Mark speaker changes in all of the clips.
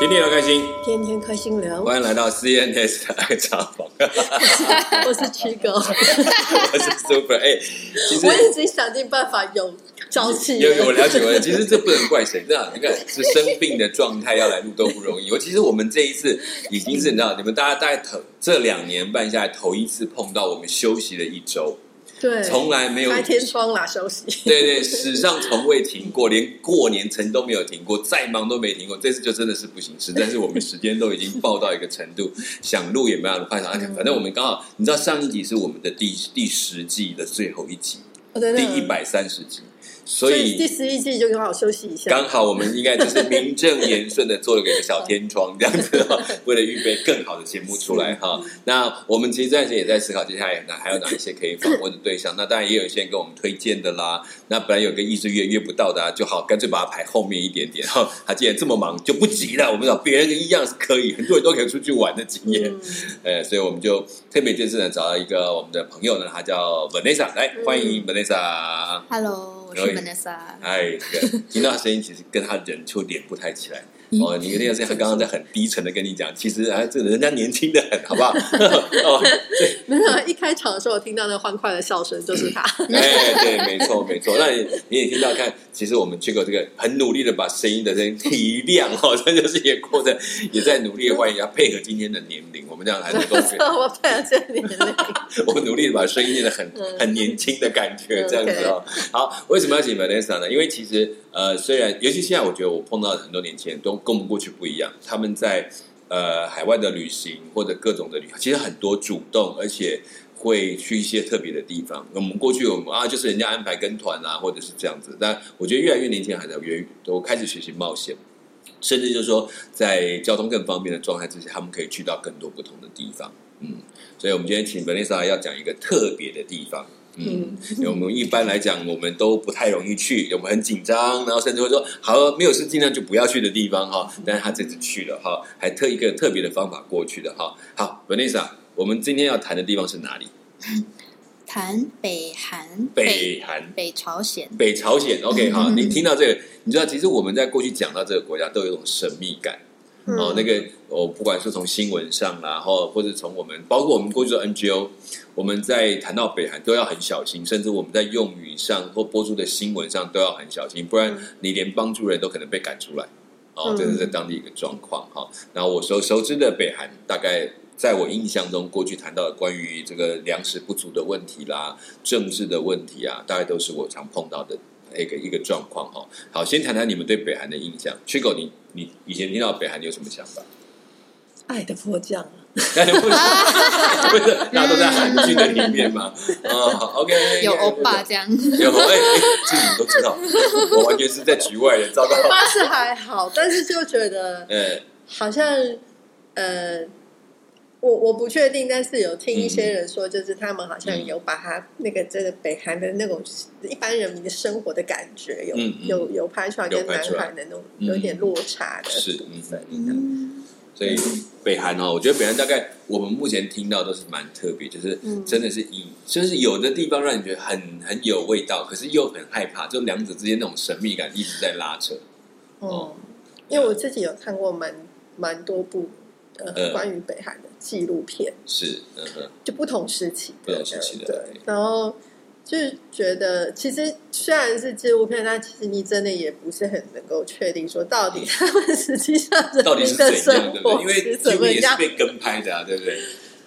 Speaker 1: 天天要开心，
Speaker 2: 天天开心聊，
Speaker 1: 欢迎来到 CNS 的爱茶 房，
Speaker 2: 我是曲 狗，
Speaker 1: 我是 Super。哎，其实
Speaker 2: 我一直想尽办法有朝气。
Speaker 1: 有有我了解，我了解。其实这不能怪谁，那你看是生病的状态要来录都不容易。尤其是我们这一次已经是你知道，你们大家大概头这两年半下来头一次碰到我们休息了一周，
Speaker 2: 对，
Speaker 1: 从来没有
Speaker 2: 开天窗啦，休 息。
Speaker 1: 对对，史上从未停过，连过年曾都没有停过，再忙都没停过。这次就真的是不 行，实在是我们时间都已经爆到一个程度，想录也没办法录。反
Speaker 2: 嗯
Speaker 1: 正反正我们刚好，你知道上一集是我们的第第十季的最后一集，
Speaker 2: 我真的
Speaker 1: 第一，百三十集，哦所
Speaker 2: 所以第
Speaker 1: 以
Speaker 2: 十一季就刚好休息一下。
Speaker 1: 刚好我们应该就是名正言顺的做了个小天窗这样子、哦，为了预备更好的节目出来哈。那我们其实暂时也在思考，接下来那还有哪一些可以访问的对象？那当然也有一些人给我们推荐的啦。那本来有个艺术月约不到的、啊，就好干脆把它排后面一点点。哈，他既然这么忙，就不急了。我们找别人一样是可以，很多人都可以出去玩的经验。
Speaker 2: 嗯，
Speaker 1: 呃，所以我们就特别这次呢，找到一个我们的朋友呢，他叫 Vanessa，来欢迎 Vanessa。
Speaker 3: Hello，我是
Speaker 1: 可以
Speaker 3: Vanessa。
Speaker 1: 哎，对，听到声音其实跟他人就连不太起来。哦，你那个声音，他刚刚在很低沉的跟你讲，其实啊，这个人家年轻的很，好不好？ 哦，
Speaker 2: 没有一开场的时候，我听到那欢快的笑声，就是他。
Speaker 1: 哎，对，没错，没错。那你你也听到看，其实我们这个这个很努力的把声音的这个提亮哦， 这就是也过得也在努力地欢迎，要配合今天的年龄，我们这样还能够
Speaker 2: 我配合这年龄，
Speaker 1: 我努力的把声音变得很
Speaker 2: 嗯
Speaker 1: 很年轻的感觉，这样子哦。好，为什么要请 Vanessa 呢？因为其实呃，虽然尤其现在，我觉得我碰到很多年轻人都跟我们过去不一样，他们在呃海外的旅行或者各种的旅，其实很多主动，而且。会去一些特别的地方。我们过去我们啊，就是人家安排跟团啊，或者是这样子。但我觉得越来越年轻人还在越都开始学习冒险，甚至就是说在交通更方便的状态之下，他们可以去到更多不同的地方。嗯，所以我们今天请 Vanessa 要讲一个特别的地方。嗯，因为我们一般来讲，我们都不太容易去，我们很紧张，然后甚至会说，好，没有事尽量就不要去的地方哈。但是他这次去了哈，还特一个特别的方法过去的哈。好，Vanessa，我们今天要谈的地方是哪里？
Speaker 3: 谈北韩，
Speaker 1: 北韩，
Speaker 3: 北朝鲜，
Speaker 1: 北朝鲜。OK 哈，
Speaker 3: 嗯
Speaker 1: 你听到这个，你知道，其实我们在过去讲到这个国家，都有一种神秘感。
Speaker 2: 嗯
Speaker 1: 哦，那个哦，不管是从新闻上啦，或或者从我们，包括我们过去的 NGO，我们在谈到北韩都要很小心，甚至我们在用语上或播出的新闻上都要很小心，不然你连帮助人都可能被赶出来。哦，
Speaker 2: 嗯
Speaker 1: 这是在当地一个状况哈。然后我所熟知的北韩，大概在我印象中，过去谈到的关于这个粮食不足的问题啦、政治的问题啊，大概都是我常碰到的一个一个状况哈。好，先谈谈你们对北韩的印象。曲狗，你你以前听到北韩你有什么想法？
Speaker 2: 爱的迫降啊，
Speaker 1: 不是， 不是，大家都在韩剧的里面嘛。啊、o k
Speaker 3: 有欧巴，这样。
Speaker 1: 有哎，哎这你们都知道，我完全是在局外人，糟 糕。
Speaker 2: 巴士还好，但是就觉得
Speaker 1: 呃，
Speaker 2: 好像呃，我我不确定，但是有听一
Speaker 1: 嗯
Speaker 2: 些人说，就是他们好像有把他那个这个北韩的那种一般人民的生活的感觉有，有、
Speaker 1: 嗯嗯
Speaker 2: 有拍出来，跟
Speaker 1: 有拍
Speaker 2: 南
Speaker 1: 出来嗯
Speaker 2: 韩的那种有点落差的
Speaker 1: 是，
Speaker 2: 部
Speaker 1: 嗯
Speaker 2: 分。
Speaker 1: 嗯嗯。所以北韩哦，我觉得北韩大概我们目前听到都是蛮特别，就是
Speaker 2: 嗯
Speaker 1: 真的是以，就是有的地方让你觉得很很有味道，可是又很害怕，就两者之间那种神秘感一直在拉扯。
Speaker 2: 哦，因为我自己有看过蛮蛮多部呃、
Speaker 1: 嗯
Speaker 2: 关于北韩的纪录片，
Speaker 1: 是，嗯哼，
Speaker 2: 就不同时期
Speaker 1: 不
Speaker 2: 的，
Speaker 1: 同时期的对
Speaker 2: 对，然后就是觉得，其实虽然是纪录片，但其实你真的也不是很能够确定说 到底他们实际上人
Speaker 1: 到底是
Speaker 2: 民
Speaker 1: 怎
Speaker 2: 的
Speaker 1: 样，
Speaker 2: 生
Speaker 1: 对不对？
Speaker 2: 活
Speaker 1: 因为纪
Speaker 2: 怎
Speaker 1: 录
Speaker 2: 么
Speaker 1: 片也是
Speaker 2: 样。
Speaker 1: 被跟拍的啊，对不对？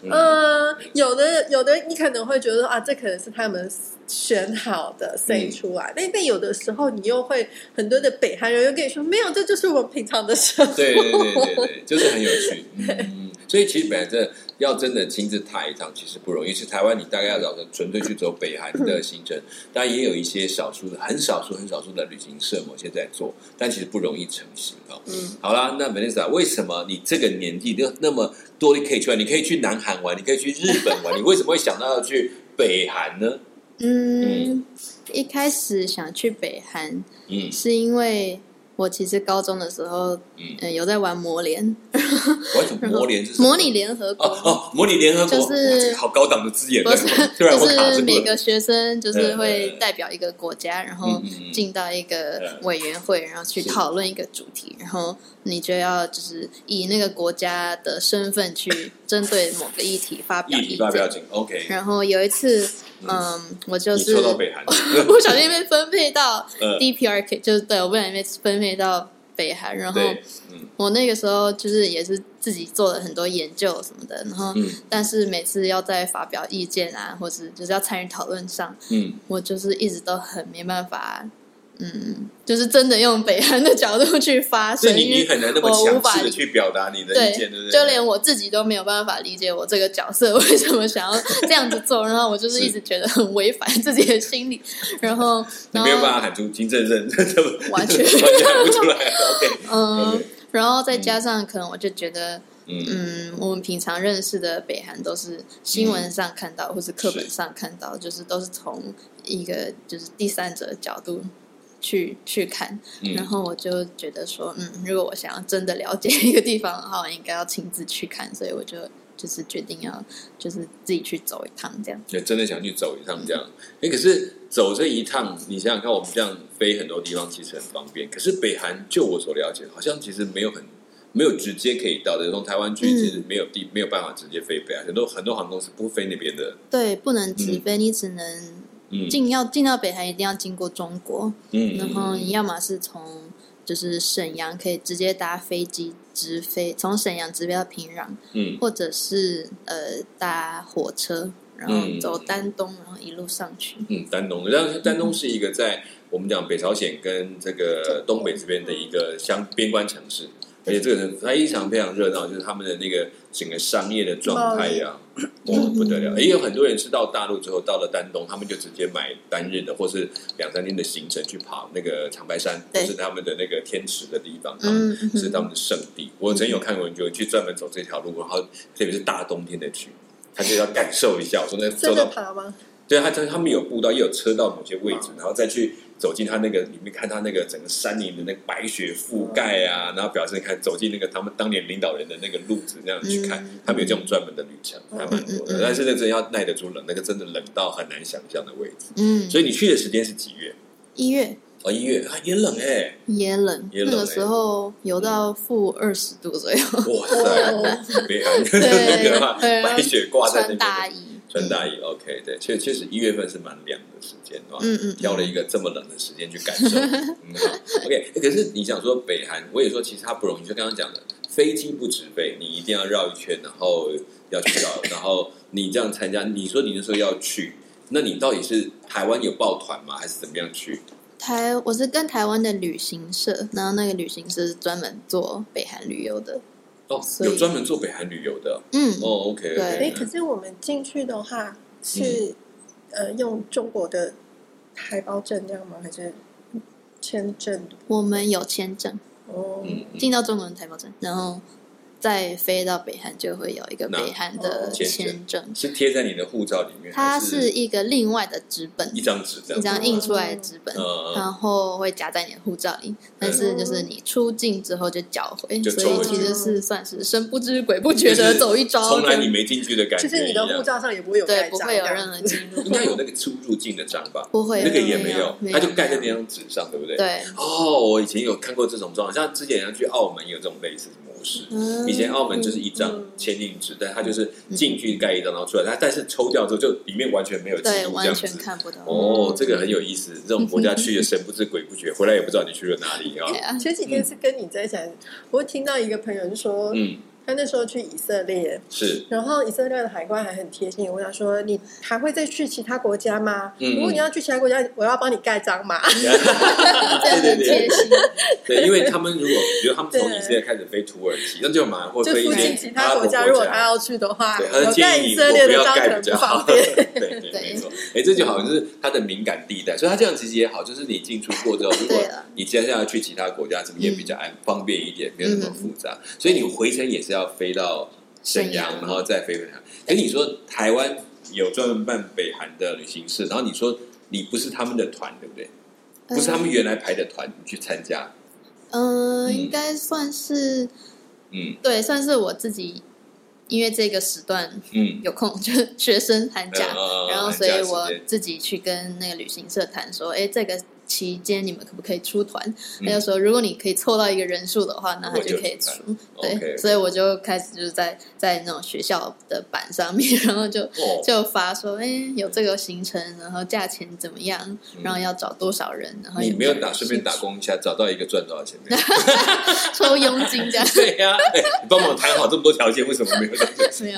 Speaker 1: 嗯
Speaker 2: 嗯，有的有的，你可能会觉得说啊，这可能是他们选好
Speaker 1: 嗯
Speaker 2: 的 say 出来，但但有的时候你又会很多的北韩人又跟你说，没有，这就是我们平常的生活。
Speaker 1: 对对对对对，就是很有 趣。嗯，所以其实本来这要真的亲自踏一趟，其实不容易。是台湾，你大概要找个纯粹去走北韩的行程，当然也有一些少数的、很少数、很少数的旅行社某些在做，但其实不容易成型哦。
Speaker 2: 嗯，
Speaker 1: 好啦，那 Vanessa，为什么你这个年纪就那么多可以去玩？你可以去南韩玩，你可以去日本玩，你为什么会想到要去北韩呢？
Speaker 3: 嗯，一开始想去北韩，
Speaker 1: 嗯
Speaker 3: 是因为我其实高中的时候，
Speaker 1: 嗯
Speaker 3: 嗯、有在玩魔联，
Speaker 1: 我怎么模联是什么
Speaker 3: 模拟联合国，
Speaker 1: 哦哦，模拟联合国，
Speaker 3: 就是
Speaker 1: 哇这个好高档的字眼，
Speaker 3: 不是
Speaker 1: 突然我
Speaker 3: 就
Speaker 1: 卡
Speaker 3: 是
Speaker 1: 住
Speaker 3: 每
Speaker 1: 了。
Speaker 3: 个学生就是会
Speaker 1: 嗯嗯嗯
Speaker 3: 代表一个国家，然后
Speaker 1: 嗯嗯嗯啊
Speaker 3: 进到一个委员会，然后去
Speaker 1: 是
Speaker 3: 讨论一个主题，然后你就要就是以那个国家的身份去针对某个议题发表
Speaker 1: 议
Speaker 3: 意
Speaker 1: 题发表
Speaker 3: 见。
Speaker 1: 情，OK，
Speaker 3: 然后有一次，
Speaker 1: 嗯
Speaker 3: 嗯，我就
Speaker 1: 你
Speaker 3: 是
Speaker 1: 抽到北韩，
Speaker 3: 不小心被分配到
Speaker 1: 呃，
Speaker 3: DPRK，就是对我不小心被分配到北韩，然 后
Speaker 1: 对，嗯
Speaker 3: 我那个时候就是也是自己做了很多研究什么的，然后
Speaker 1: 嗯
Speaker 3: 但是每次要在发表意见啊，或是就是要参与讨论上，
Speaker 1: 嗯，
Speaker 3: 我就是一直都很没办法，嗯，就是真的用北韩的角度去发
Speaker 1: 所以
Speaker 3: 声，
Speaker 1: 你
Speaker 3: 因
Speaker 1: 你
Speaker 3: 为
Speaker 1: 很难那么
Speaker 3: 我无
Speaker 1: 强
Speaker 3: 法
Speaker 1: 势的
Speaker 3: 理
Speaker 1: 去表达你的
Speaker 3: 对
Speaker 1: 意见，对不对？
Speaker 3: 就连我自己都没有办法理解我这个角色为什么想要这样子做，然后我就是
Speaker 1: 是
Speaker 3: 一直觉得很违反自己的心理，然后
Speaker 1: 你
Speaker 3: 然
Speaker 1: 没有办
Speaker 3: 后
Speaker 1: 法喊出金正 恩，这 么
Speaker 3: 完全
Speaker 1: 完全喊不出来，OK，
Speaker 3: 嗯
Speaker 1: OK，
Speaker 3: 然后再加上可能我就觉得。
Speaker 1: 嗯
Speaker 3: 嗯，我们平常认识的北韩都是新
Speaker 1: 嗯
Speaker 3: 闻上看到，或是课本上看到，就是都是从一个就是第三者的角度去去看。然
Speaker 1: 嗯，
Speaker 3: 后我就觉得说，嗯，如果我想要真的了解一个地方的话，我应该要亲自去看，所以我就就是决定要就是自己去走一趟这样。
Speaker 1: 也真的想去走一趟这样。哎，可是走这一趟，你想想看，我们这样飞很多地方其实很方便，可是北韩就我所了解，好像其实没有很。没有直接可以到的，从台湾去
Speaker 3: 嗯
Speaker 1: 其实没有地、没有办法直接飞北韩，很多很多航空是不飞那边的。
Speaker 3: 对，不能直
Speaker 1: 嗯
Speaker 3: 飞，你只能
Speaker 1: 嗯
Speaker 3: 进要进到北韩，一定要经过中国。
Speaker 1: 嗯，
Speaker 3: 然后你要么是从就是沈阳可以直接搭飞机直飞，从沈阳直飞到平壤，
Speaker 1: 嗯
Speaker 3: 或者是呃搭火车，然后走丹东，然后一路上去。
Speaker 1: 嗯，丹东，但丹东是一个在我们讲北朝鲜跟这个东北这边的一个相边关城市，而且这个人非常非常热闹，就是他们的那个整个商业的状态呀、哇、不得了！也有很多人是到大陆之后到了丹东，他们就直接买单日的或是两三天的行程去跑那个长白山，
Speaker 3: 对
Speaker 1: 就是他们的那个天池的地方，他们
Speaker 3: 嗯，嗯
Speaker 1: 是他们的圣地。我曾有看过，就去专门走这条路，然后特别是大冬天的去，他就要感受一下。我说那
Speaker 2: 真
Speaker 1: 走
Speaker 2: 的
Speaker 1: 到
Speaker 2: 爬吗？
Speaker 1: 对，他他他们有步道，也有车到某些位
Speaker 3: 啊
Speaker 1: 置，然后再去走进他那个里面，看他那个整个山林的那个白雪覆盖
Speaker 3: 嗯
Speaker 1: 啊，然后表示看走进那个他们当年领导人的那个路子那样去看，
Speaker 3: 嗯
Speaker 1: 他们有这种专门的旅程，还蛮多的。
Speaker 3: 嗯嗯嗯
Speaker 1: 但是那真的要耐得住冷，那个真的冷到很难想象的位置。
Speaker 3: 嗯，
Speaker 1: 所以你去的时间是几月？
Speaker 3: 一月
Speaker 1: 哦，一月啊，也冷哎、
Speaker 3: 也冷，
Speaker 1: 也冷嗯
Speaker 3: 那个
Speaker 1: 欸
Speaker 3: 时候游到负二十度左右，
Speaker 1: 哇
Speaker 3: 哦
Speaker 1: 塞， 北韩那个嘛
Speaker 3: 对
Speaker 1: 白雪挂在那
Speaker 3: 穿
Speaker 1: 边，
Speaker 3: 大衣，
Speaker 1: 穿大衣，OK，对，确确实一月份是蛮凉的时间啊。
Speaker 3: 嗯嗯，
Speaker 1: 挑了一
Speaker 3: 个，
Speaker 1: 个这么冷的时间去感 受。嗯好，OK，可是你想说北韩，我也说其实它不容易，就刚刚讲的，飞机不直飞，你一定要绕一圈，然后要去绕，然后你这样参加，你说你那时候要去，那你到底是台湾有抱团吗，还是怎么样去？
Speaker 3: 台我是跟台湾的旅行社，然后那个旅行社是专门做北韩旅游的，
Speaker 1: 哦，
Speaker 3: 所以
Speaker 1: 有专门做北韩旅游的
Speaker 3: 嗯，
Speaker 1: 哦，OK，
Speaker 2: 哎，
Speaker 3: 对
Speaker 2: 可是我们进去的话
Speaker 1: 嗯
Speaker 2: 是呃用中国的台胞证这样吗？还是签证？
Speaker 3: 我们有签证，
Speaker 2: 哦，
Speaker 1: 嗯，嗯
Speaker 3: 进到中国的台胞证，然后再飞到北韩就会有一个
Speaker 1: 那哦
Speaker 3: 北韩的
Speaker 1: 签证
Speaker 3: 签证，
Speaker 1: 是贴在你的护照里面，
Speaker 3: 它
Speaker 1: 还
Speaker 3: 是
Speaker 1: 是
Speaker 3: 一个另外的纸本
Speaker 1: 一，张纸这样
Speaker 3: 一
Speaker 1: 子吗，
Speaker 3: 张印出来的纸本，
Speaker 1: 嗯，
Speaker 3: 然后会夹在你的护照里，但是就是你出境之后就缴回，
Speaker 1: 就
Speaker 3: 所
Speaker 1: 走
Speaker 3: 以
Speaker 1: 回
Speaker 3: 其
Speaker 2: 去
Speaker 3: 实是算是神不知鬼不觉的走一遭，
Speaker 1: 从来你没进去的感觉
Speaker 2: 就
Speaker 1: 一样，
Speaker 2: 是你的护照上也不会有
Speaker 3: 对
Speaker 2: 盖
Speaker 3: 不
Speaker 2: 章
Speaker 3: 会有
Speaker 2: 这
Speaker 3: 任
Speaker 2: 样
Speaker 3: 何
Speaker 2: 子
Speaker 3: 记 录，
Speaker 1: 应该有那个出入境的章吧？
Speaker 3: 不会
Speaker 1: 那个也
Speaker 3: 没
Speaker 1: 没
Speaker 3: 有
Speaker 1: 有，，
Speaker 3: 没
Speaker 1: 它就盖在那
Speaker 3: 没有
Speaker 1: 张纸上，对不对？。
Speaker 3: 对，
Speaker 1: 哦，我以前有看过这种状况，像之前人家去澳门也有这种类似的模式。
Speaker 3: 嗯
Speaker 1: 以前澳门就是一张
Speaker 2: 嗯
Speaker 1: 签订纸，但它就是进去盖一张，然后出来，它但是抽掉之后就里面完全没有记
Speaker 3: 对
Speaker 1: 录这样
Speaker 3: 完全
Speaker 1: 子。
Speaker 3: 看不到，
Speaker 1: 哦，这个很有意思，这种国家去的神不知鬼不觉，回来也不知道你去了哪里啊。
Speaker 3: 对啊，
Speaker 2: 前几天是跟你在讲，我听到一个朋友就说，
Speaker 1: 嗯，
Speaker 2: 他那时候去以色列，
Speaker 1: 是，
Speaker 2: 然后以色列的海关还很贴心，我想说你还会再去其他国家吗？
Speaker 1: 嗯
Speaker 2: 如果你要去其他国家，我要帮你盖章嘛。
Speaker 3: 这样
Speaker 1: 对对
Speaker 3: 很贴
Speaker 1: 对
Speaker 3: 心，
Speaker 1: 对，因为他们如果比如他们从
Speaker 2: 对
Speaker 1: 以色列开始飞土耳其，那就马上会
Speaker 2: 就
Speaker 1: 飞一
Speaker 2: 附
Speaker 1: 些
Speaker 2: 近其他
Speaker 1: 国
Speaker 2: 国家，如果他要去的话，
Speaker 1: 对，他是
Speaker 2: 有盖
Speaker 1: 建议
Speaker 2: 以
Speaker 1: 你
Speaker 2: 色列
Speaker 1: 不
Speaker 2: 的
Speaker 1: 要
Speaker 2: 章可
Speaker 1: 盖
Speaker 2: 能
Speaker 1: 比较
Speaker 2: 不
Speaker 1: 好
Speaker 2: 方。
Speaker 1: 对
Speaker 2: 便。
Speaker 1: 对，对没错。哎，这就好像是它的敏感地带，所以它这样其实也好，就是你进出过之后，如果
Speaker 3: 对了
Speaker 1: 你接下来去其他国家，怎么也比较
Speaker 2: 嗯
Speaker 1: 安方便一点，没有那么
Speaker 3: 嗯
Speaker 1: 复杂。所以你回程也是要飞到沈
Speaker 3: 沈阳
Speaker 1: 阳，然后再飞回来。跟你说，台湾有专门办北韩的旅行社，然后你
Speaker 2: 嗯
Speaker 1: 说你不是他们的团，对不对？不是他们原来排的团，你去参加，
Speaker 3: 嗯、
Speaker 1: 嗯
Speaker 3: 应该算是
Speaker 1: 嗯
Speaker 3: 对，算是我自己，因为这个时段
Speaker 1: 嗯，
Speaker 3: 有空，就是学生寒假，
Speaker 1: 嗯
Speaker 3: 然后所
Speaker 1: 寒
Speaker 3: 以
Speaker 1: 假
Speaker 3: 我
Speaker 1: 时间
Speaker 3: 自己去跟那个旅行社谈说，哎，这个期间你们可不可以出团？
Speaker 1: 嗯
Speaker 3: 他就说，如果你可以凑到一个人数的话，那他
Speaker 1: 我就
Speaker 3: 可以
Speaker 1: 出
Speaker 3: 出。
Speaker 1: OK，
Speaker 3: 对，所以我就开始就是在在那种学校的板上面， 然后就
Speaker 1: 哦
Speaker 3: 就发说，哎，有这个行程，然后价钱怎么样，
Speaker 1: 嗯
Speaker 3: 然后要找多少人，然后
Speaker 1: 你没有打顺
Speaker 3: 顺
Speaker 1: 便
Speaker 3: 便
Speaker 1: 打工一下，找到一个赚多少钱没有？。
Speaker 3: 抽佣金这样
Speaker 1: 对呀、哎你帮我谈好这么多条件，为什么没 有？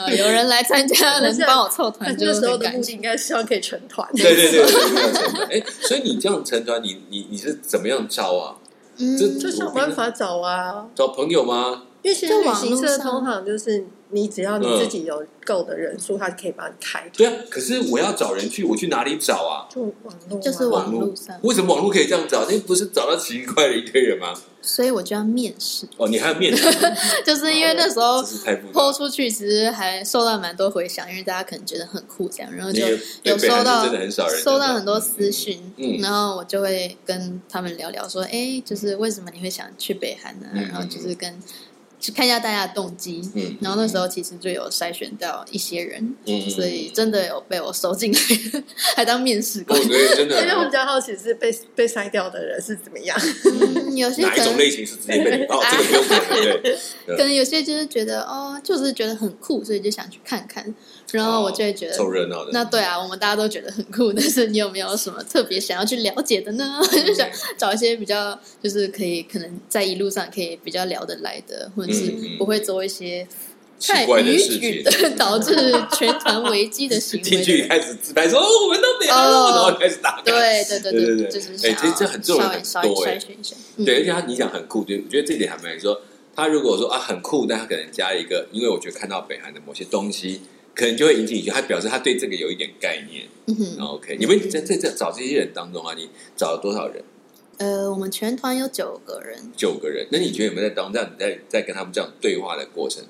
Speaker 3: 没有，有人来 参加，能帮我凑
Speaker 2: 那
Speaker 3: 团就
Speaker 2: 那时候的
Speaker 3: 很嗯感
Speaker 2: 目
Speaker 3: 谢。
Speaker 2: 的应该是希望可以成团。
Speaker 1: 对对对，对对对哎，所以你这样成团，你你你是怎么样招啊？
Speaker 3: 嗯，
Speaker 1: 这
Speaker 2: 就想办法找啊，
Speaker 1: 找朋友吗？
Speaker 2: 因为其实
Speaker 3: 在
Speaker 2: 旅
Speaker 3: 网
Speaker 2: 行
Speaker 3: 络
Speaker 2: 社
Speaker 3: 上
Speaker 2: 通常就是你只要你自己有够的人数，他可以帮你开。
Speaker 1: 对啊，可是我要找人去，我去哪里找啊？
Speaker 2: 就网络啊
Speaker 3: 就是
Speaker 1: 网
Speaker 3: 网
Speaker 1: 络
Speaker 3: 络上，
Speaker 1: 为什么网络可以这样找？那哎不是找到奇奇怪的一堆人吗？
Speaker 3: 所以我就要面试，
Speaker 1: 哦，你还要面子，
Speaker 3: 就是因为那时候
Speaker 1: 真是太复杂
Speaker 3: 播。出去，其实还受到蛮多回响，因为大家可能觉得很酷，这样，然后
Speaker 1: 你
Speaker 3: 就
Speaker 1: 也
Speaker 3: 有
Speaker 1: 对北韩
Speaker 3: 收到
Speaker 1: 是真的很少人，
Speaker 3: 收到很多
Speaker 1: 私
Speaker 3: 私
Speaker 1: 信。
Speaker 3: 讯，
Speaker 1: 嗯
Speaker 3: 然后我就会跟他们聊聊说，哎，就是为什么你会想去北韩呢？
Speaker 1: 嗯
Speaker 3: 然后就是跟去看一下大家的动机。
Speaker 1: 嗯，
Speaker 3: 然后那时候其实就有筛选到一些人，
Speaker 1: 嗯，
Speaker 3: 所以真的有被我收进来， 还当面试
Speaker 1: 哦，
Speaker 3: 官。
Speaker 1: 对，真的
Speaker 2: 所以我比较好奇是被被筛掉的人是怎么 样，
Speaker 3: 嗯，有些
Speaker 1: 哪一
Speaker 3: 可
Speaker 1: 种
Speaker 3: 能
Speaker 1: 类型是直接 被你？哦，这个不用讲，对，
Speaker 3: 可能有些就是觉得哦，就是觉得很酷，所以就想去看看。 然后我就会觉得，
Speaker 1: 哦凑热闹的。
Speaker 3: 那对啊，我们大家都觉得很酷，但是你有没有什么特别想要去了解的呢？
Speaker 1: 嗯
Speaker 3: 就想找一些比较，就是可以可能在一路上可以比较聊得来的，或
Speaker 1: 嗯
Speaker 3: 者
Speaker 1: 嗯
Speaker 3: 是不会做一些
Speaker 1: 奇
Speaker 3: 太
Speaker 1: 怪的
Speaker 3: 逾
Speaker 1: 事
Speaker 3: 矩
Speaker 1: 情
Speaker 3: 的， 导致全团危机的行
Speaker 1: 进
Speaker 3: 为
Speaker 1: 去
Speaker 3: 的。
Speaker 1: 开始自拍说：“哦，我们到北韩了。”然
Speaker 3: 哦
Speaker 1: 后开始打卡。
Speaker 3: 对对对
Speaker 1: 对对对
Speaker 3: 就是
Speaker 1: 哎
Speaker 3: 想
Speaker 1: 其实这
Speaker 3: 要
Speaker 1: 很重要
Speaker 3: 稍微
Speaker 1: 很
Speaker 3: 稍微
Speaker 1: 多哎
Speaker 3: 筛选一下。嗯
Speaker 1: 对，而且他你讲很酷，对，我觉得这点还蛮说，他如果说啊很酷，但他可能加一个，因为我觉得看到北韩的某些东西，可能就会引起你去，他表示他对这个有一点概念。
Speaker 3: 嗯哼，
Speaker 1: 然后 OK，你们在在在找这些人当中啊，你找了多少人？
Speaker 3: 呃，我们全团有九个人，
Speaker 1: 九个人。那你觉得有没有在当下你在在跟他们这样对话的过程，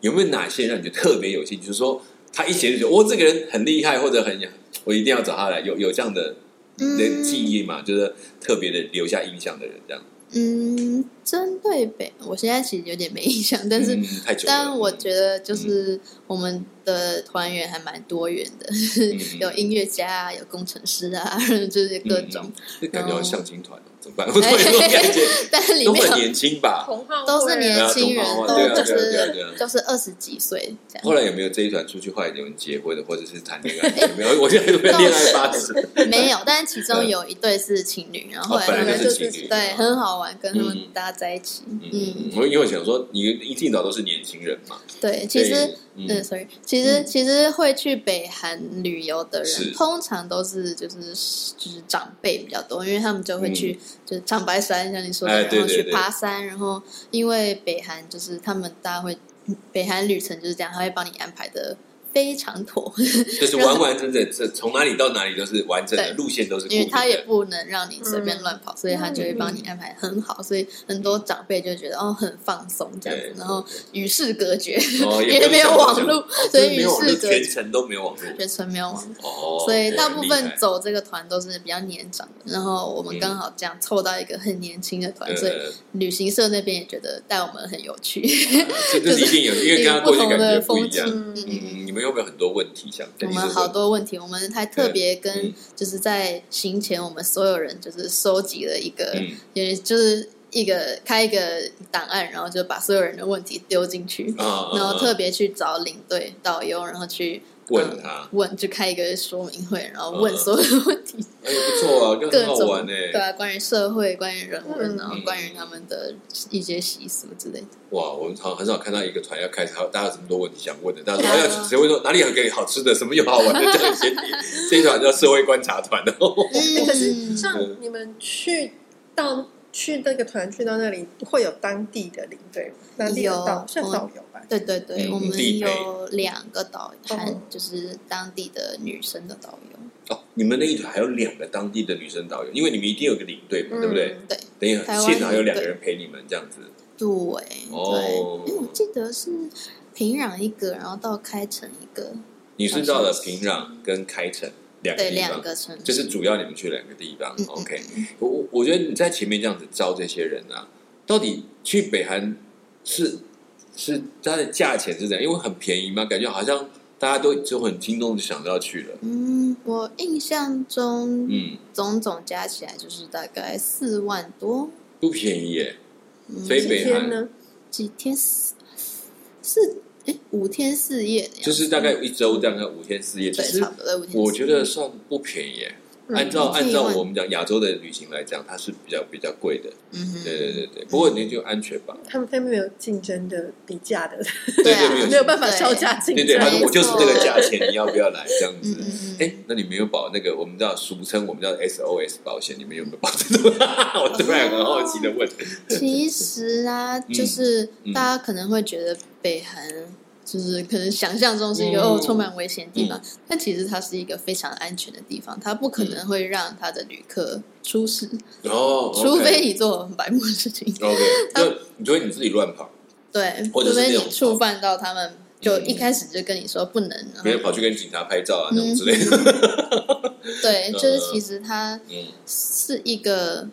Speaker 1: 有没有哪些人让你觉得特别有兴趣？就是说他一写就觉得哦，这个人很厉害，或者很我一定要找他来，有有这样的的
Speaker 3: 嗯
Speaker 1: 记忆嘛？就是特别的留下印象的人，这样。
Speaker 3: 嗯，针对北，我现在其实有点没印象，但是
Speaker 1: 嗯、太久了，
Speaker 3: 但我觉得就是我们的团员还蛮多元的，
Speaker 1: 嗯嗯
Speaker 3: 有音乐家啊，有工程师啊， 就是各种，
Speaker 1: 这感觉好像相亲团哦，怎么办？我
Speaker 3: 哎
Speaker 1: 突然有种感觉，
Speaker 3: 但里
Speaker 1: 都
Speaker 3: 面
Speaker 1: 很
Speaker 3: 有
Speaker 1: 年轻吧？
Speaker 2: 同好
Speaker 3: 都是年轻人，
Speaker 1: 对啊对啊
Speaker 3: 都就
Speaker 1: 对啊对啊对啊
Speaker 3: 是就是二十几岁这
Speaker 1: 后
Speaker 3: 样。
Speaker 1: 来有没有这一团出去，后来有人结婚的，或者是谈恋 爱的？有没有，我现在都在恋爱嗯八十，
Speaker 3: 没有，但是其中有一对是情侣，然后后
Speaker 1: 嗯哦，
Speaker 3: 来
Speaker 1: 本
Speaker 3: 他
Speaker 1: 来
Speaker 3: 们
Speaker 1: 就是情侣，啊
Speaker 3: 对很好玩，跟他
Speaker 1: 嗯
Speaker 3: 们大家在一起。
Speaker 1: 嗯
Speaker 3: 嗯，，
Speaker 1: 我因为我想说，你一定早都是年轻人嘛，
Speaker 3: 对，其实
Speaker 1: 对嗯
Speaker 3: 嗯，sorry，其实、
Speaker 1: 嗯
Speaker 3: 其实会去北韩旅游的
Speaker 1: 是
Speaker 3: 人，通常都是就是就是长辈比较多，因为他们就会去、就是长白山，像你说
Speaker 1: 嗯
Speaker 3: 的，
Speaker 1: 哎对
Speaker 3: 然后
Speaker 1: 对
Speaker 3: 去
Speaker 1: 对
Speaker 3: 爬山，然后因为北韩就是他们大家会北韩旅程就是这样，他会帮你安排的非常妥，
Speaker 1: 就是完完整整，这从哪里到哪里都是完整的
Speaker 3: 对
Speaker 1: 路线，都是固
Speaker 3: 因为
Speaker 1: 定
Speaker 3: 他也
Speaker 1: 的。
Speaker 3: 不能让你随便乱跑，所以他就会帮你安排得很好，所以很多长辈就觉得哦很放松这样
Speaker 1: 对
Speaker 3: 子，然后与世隔绝，
Speaker 1: 哦，
Speaker 3: 也没有网络，所以
Speaker 1: 没
Speaker 3: 与
Speaker 1: 有网
Speaker 3: 世
Speaker 1: 络，
Speaker 3: 隔
Speaker 1: 全
Speaker 3: 绝，
Speaker 1: 程都没有网络。
Speaker 3: 全程没有网络。
Speaker 1: 哦，
Speaker 3: 所以大
Speaker 1: 对
Speaker 3: 部
Speaker 1: 很厉
Speaker 3: 分
Speaker 1: 害嗯
Speaker 3: 走这个团都是比较年长的，然后我们刚好这样凑到一个很年轻的团，所以
Speaker 1: 呃
Speaker 3: 旅行社那边也觉得带我们很有趣。
Speaker 1: 这这是一定有，因为跟他过去感觉不一样。
Speaker 2: 嗯，
Speaker 1: 嗯，你们有没有很多问题想
Speaker 3: 我
Speaker 1: 跟
Speaker 3: 们好多问题，我们还特别跟
Speaker 1: 嗯
Speaker 3: 就是在行前，我们所有人就是收集了一个，
Speaker 1: 嗯
Speaker 3: 也就是一个开一个档案，然后就把所有人的问题丢进去，
Speaker 1: 啊，
Speaker 3: 然后特
Speaker 1: 别
Speaker 3: 别去找领队、导游，然后去呃
Speaker 1: 问他，
Speaker 3: 问，就开一个说明会，然后
Speaker 1: 嗯
Speaker 3: 问所有的问题，
Speaker 1: 哎呦不错啊，
Speaker 3: 各
Speaker 1: 更好
Speaker 3: 种
Speaker 1: 玩呢。
Speaker 3: 对啊，关于社会、关于人文，
Speaker 2: 嗯
Speaker 3: 然后关于他们的一些习俗之类的。
Speaker 1: 哇，我们好像很少看到一个团要开始，还有大家有这么多问题想问的。大家说，哎
Speaker 3: 对啊
Speaker 1: 呀，谁会说哪里有给好吃的，什么有好玩的？这样先提，这一团叫社会观察团哦。
Speaker 2: 哎可是
Speaker 3: 嗯
Speaker 2: 像你们去到去那个团去到那里，会有当地的领队吗？当地的
Speaker 3: 有
Speaker 2: 导算
Speaker 3: 我
Speaker 2: 导游吧？
Speaker 3: 对对对，
Speaker 1: 嗯
Speaker 3: 我
Speaker 1: 地
Speaker 3: 们
Speaker 1: 陪
Speaker 3: 有两个导游，
Speaker 2: 哦
Speaker 3: 还就是当地的女生的导游，
Speaker 1: 哦，你们那一团还有两个当地的女生导游，因为你们一定有个领队嘛，对不对？
Speaker 2: 嗯？
Speaker 3: 对
Speaker 1: 等于
Speaker 3: 台湾
Speaker 1: 现场有
Speaker 3: 领队
Speaker 1: 两个人陪你们这样子。
Speaker 3: 对
Speaker 1: 哦
Speaker 3: 对，因为我记得是平壤一个，然后到开城一个，
Speaker 1: 你是到了平壤跟开城两个
Speaker 3: 对，
Speaker 1: 地
Speaker 3: 两
Speaker 1: 方，
Speaker 3: 个城
Speaker 1: 这
Speaker 3: 市。
Speaker 1: 是主要你们去两个地方
Speaker 3: 嗯。嗯
Speaker 1: OK，我我觉得你在前面这样子招这些人啊，到底去北韩是是它的价钱是怎样？因为很便宜嘛，感觉好像大家都就很心动就想要去了。
Speaker 3: 嗯，我印象中，
Speaker 1: 嗯，
Speaker 3: 种种加起来就是大概四万多，
Speaker 1: 不便宜耶，
Speaker 3: 嗯
Speaker 1: 所以
Speaker 2: 几
Speaker 1: 北啊
Speaker 2: 天
Speaker 1: 韩
Speaker 2: 呢？
Speaker 3: 几天四四哎五天四夜的样子，
Speaker 1: 就是大概一周大概五天四夜，其
Speaker 3: 对，
Speaker 1: 实
Speaker 3: 差不多五天四夜。
Speaker 1: 我觉得算不便宜耶。
Speaker 3: 嗯
Speaker 1: 按照
Speaker 3: 一
Speaker 1: 按
Speaker 3: 天一
Speaker 1: 照
Speaker 3: 万
Speaker 1: 我们讲亚洲的旅行来讲，它是比较比较贵的。
Speaker 3: 嗯哼，
Speaker 1: 对对对对，不过你就安全吧。
Speaker 2: 他们他们没有竞争的比价的，
Speaker 1: 对
Speaker 3: 对
Speaker 1: 对
Speaker 3: 啊，
Speaker 2: 没有办法
Speaker 3: 对
Speaker 2: 销价竞
Speaker 1: 对
Speaker 2: 争。
Speaker 1: 对，他说
Speaker 3: 没
Speaker 1: 我就是
Speaker 3: 错
Speaker 1: 这个价钱，你要不要来这样
Speaker 3: 嗯
Speaker 1: 子？
Speaker 3: 嗯嗯，
Speaker 1: 哎，那你们有保那个我们叫俗称我们叫 SOS 保险，你们有没有保这 种？我突然很好奇的问，
Speaker 3: 其实啊，
Speaker 1: 嗯
Speaker 3: 就是
Speaker 1: 嗯
Speaker 3: 大家可能会觉得北韩就是可能想象中是一个、
Speaker 1: 嗯
Speaker 3: 哦充满危险的地方，但其实它是一个非常安全的地方，它不可能会让它的旅客出事，
Speaker 1: 哦，
Speaker 3: 除非你做很白目的事情，
Speaker 1: OK，就你觉得你自己乱跑，
Speaker 3: 对，
Speaker 1: 或者
Speaker 3: 除
Speaker 1: 是那
Speaker 3: 非
Speaker 1: 种哦
Speaker 3: 你触犯到他们，就
Speaker 1: 嗯
Speaker 3: 一开始就跟你说不能，啊然
Speaker 1: 别人
Speaker 3: 后
Speaker 1: 跑去跟警察拍照啊那种之类的，
Speaker 3: 对，就是
Speaker 1: 嗯
Speaker 3: 其实它
Speaker 1: 嗯
Speaker 3: 是一个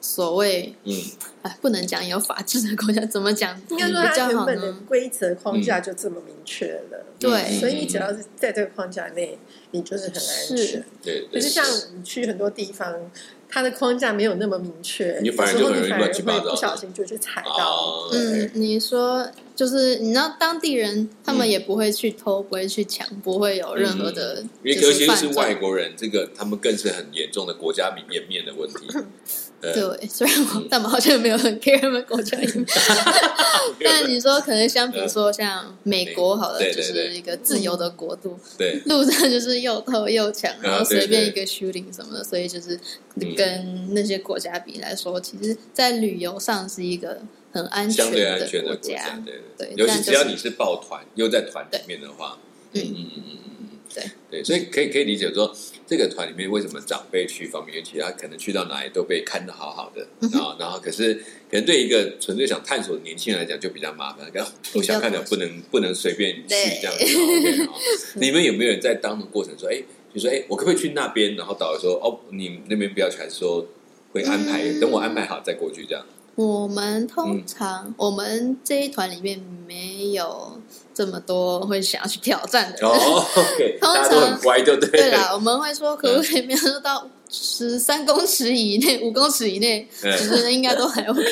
Speaker 3: 所谓
Speaker 1: 嗯
Speaker 3: 哎不能讲有法治的国家，怎么讲
Speaker 2: 应该说
Speaker 3: 比
Speaker 2: 它
Speaker 3: 较
Speaker 2: 原
Speaker 3: 好
Speaker 2: 本的
Speaker 3: 呢？嗯
Speaker 2: 规则框架就这么明确了，
Speaker 1: 嗯
Speaker 3: 对
Speaker 2: 所以你只要是在这个框架内，你就是很安全
Speaker 3: 是。
Speaker 1: 对，
Speaker 2: 可
Speaker 1: 对
Speaker 2: 是像你去很多地方，它的框架没有那么明确，
Speaker 1: 你反而
Speaker 2: 有时候
Speaker 1: 就很容易
Speaker 2: 你反而
Speaker 1: 乱七八糟
Speaker 2: 会不小心就去踩到。
Speaker 1: 啊，
Speaker 3: 嗯，你说就是你知道当地人他们
Speaker 1: 嗯
Speaker 3: 也不会去偷，不会去抢，不会有任何的，
Speaker 1: 因为
Speaker 3: 就
Speaker 1: 尤其
Speaker 3: 犯
Speaker 1: 是
Speaker 3: 罪
Speaker 1: 外国人，这个他们更是很严重的国家民颜面的问 题。呃，
Speaker 3: 对，虽然我
Speaker 1: 嗯
Speaker 3: 但我好像没有很 care 他们国家 里面，但你说可能相比说像美国好了
Speaker 1: 嗯对，
Speaker 3: 就
Speaker 1: 对对嗯
Speaker 3: 是一个自由的国度，
Speaker 1: 对，
Speaker 3: 路上就是又偷又抢，然后
Speaker 1: 啊对嗯
Speaker 3: 随便一个 shooting 什么的，所以就是跟那些国家比来说，其实，在旅游上是一个很安
Speaker 1: 相
Speaker 3: 全
Speaker 1: 对安
Speaker 3: 的
Speaker 1: 全的
Speaker 3: 国
Speaker 1: 国家
Speaker 3: 家，，
Speaker 1: 对
Speaker 3: 对
Speaker 1: 尤其
Speaker 3: 但
Speaker 1: 只
Speaker 3: 就
Speaker 1: 要
Speaker 3: 是
Speaker 1: 你是抱团又在团里面的话，
Speaker 3: 对
Speaker 1: 嗯嗯嗯嗯嗯嗯，
Speaker 3: 对
Speaker 1: 对，所以可以可以理解说，这个团里面为什么长辈去方面，尤其他可能去到哪里都被看得好好的
Speaker 3: 嗯
Speaker 1: 啊，然后可是可能对一个纯粹想探索的年轻人来讲就比较麻烦，然后我想看的不能不能随便去
Speaker 3: 对
Speaker 1: 这样子哦，OK，哦。 你们有没有人在当的过程说，哎，就说哎，我可不可以去那边？然后导游说，哦，你那边不要去，还是说会安排，
Speaker 3: 嗯
Speaker 1: 等我安排好再过去这样。
Speaker 3: 我们
Speaker 1: 嗯
Speaker 3: 通常、我们这一团里面没有这么多会想要去挑战的人。
Speaker 1: 哦，OK，
Speaker 3: 通
Speaker 1: 大
Speaker 3: 常
Speaker 1: 家都很乖，就对
Speaker 3: 对
Speaker 1: 了。
Speaker 3: 啦，我们会说可不可以不要说到十三公尺以内、五公尺以内，
Speaker 1: 嗯
Speaker 3: 其实应该都还 OK。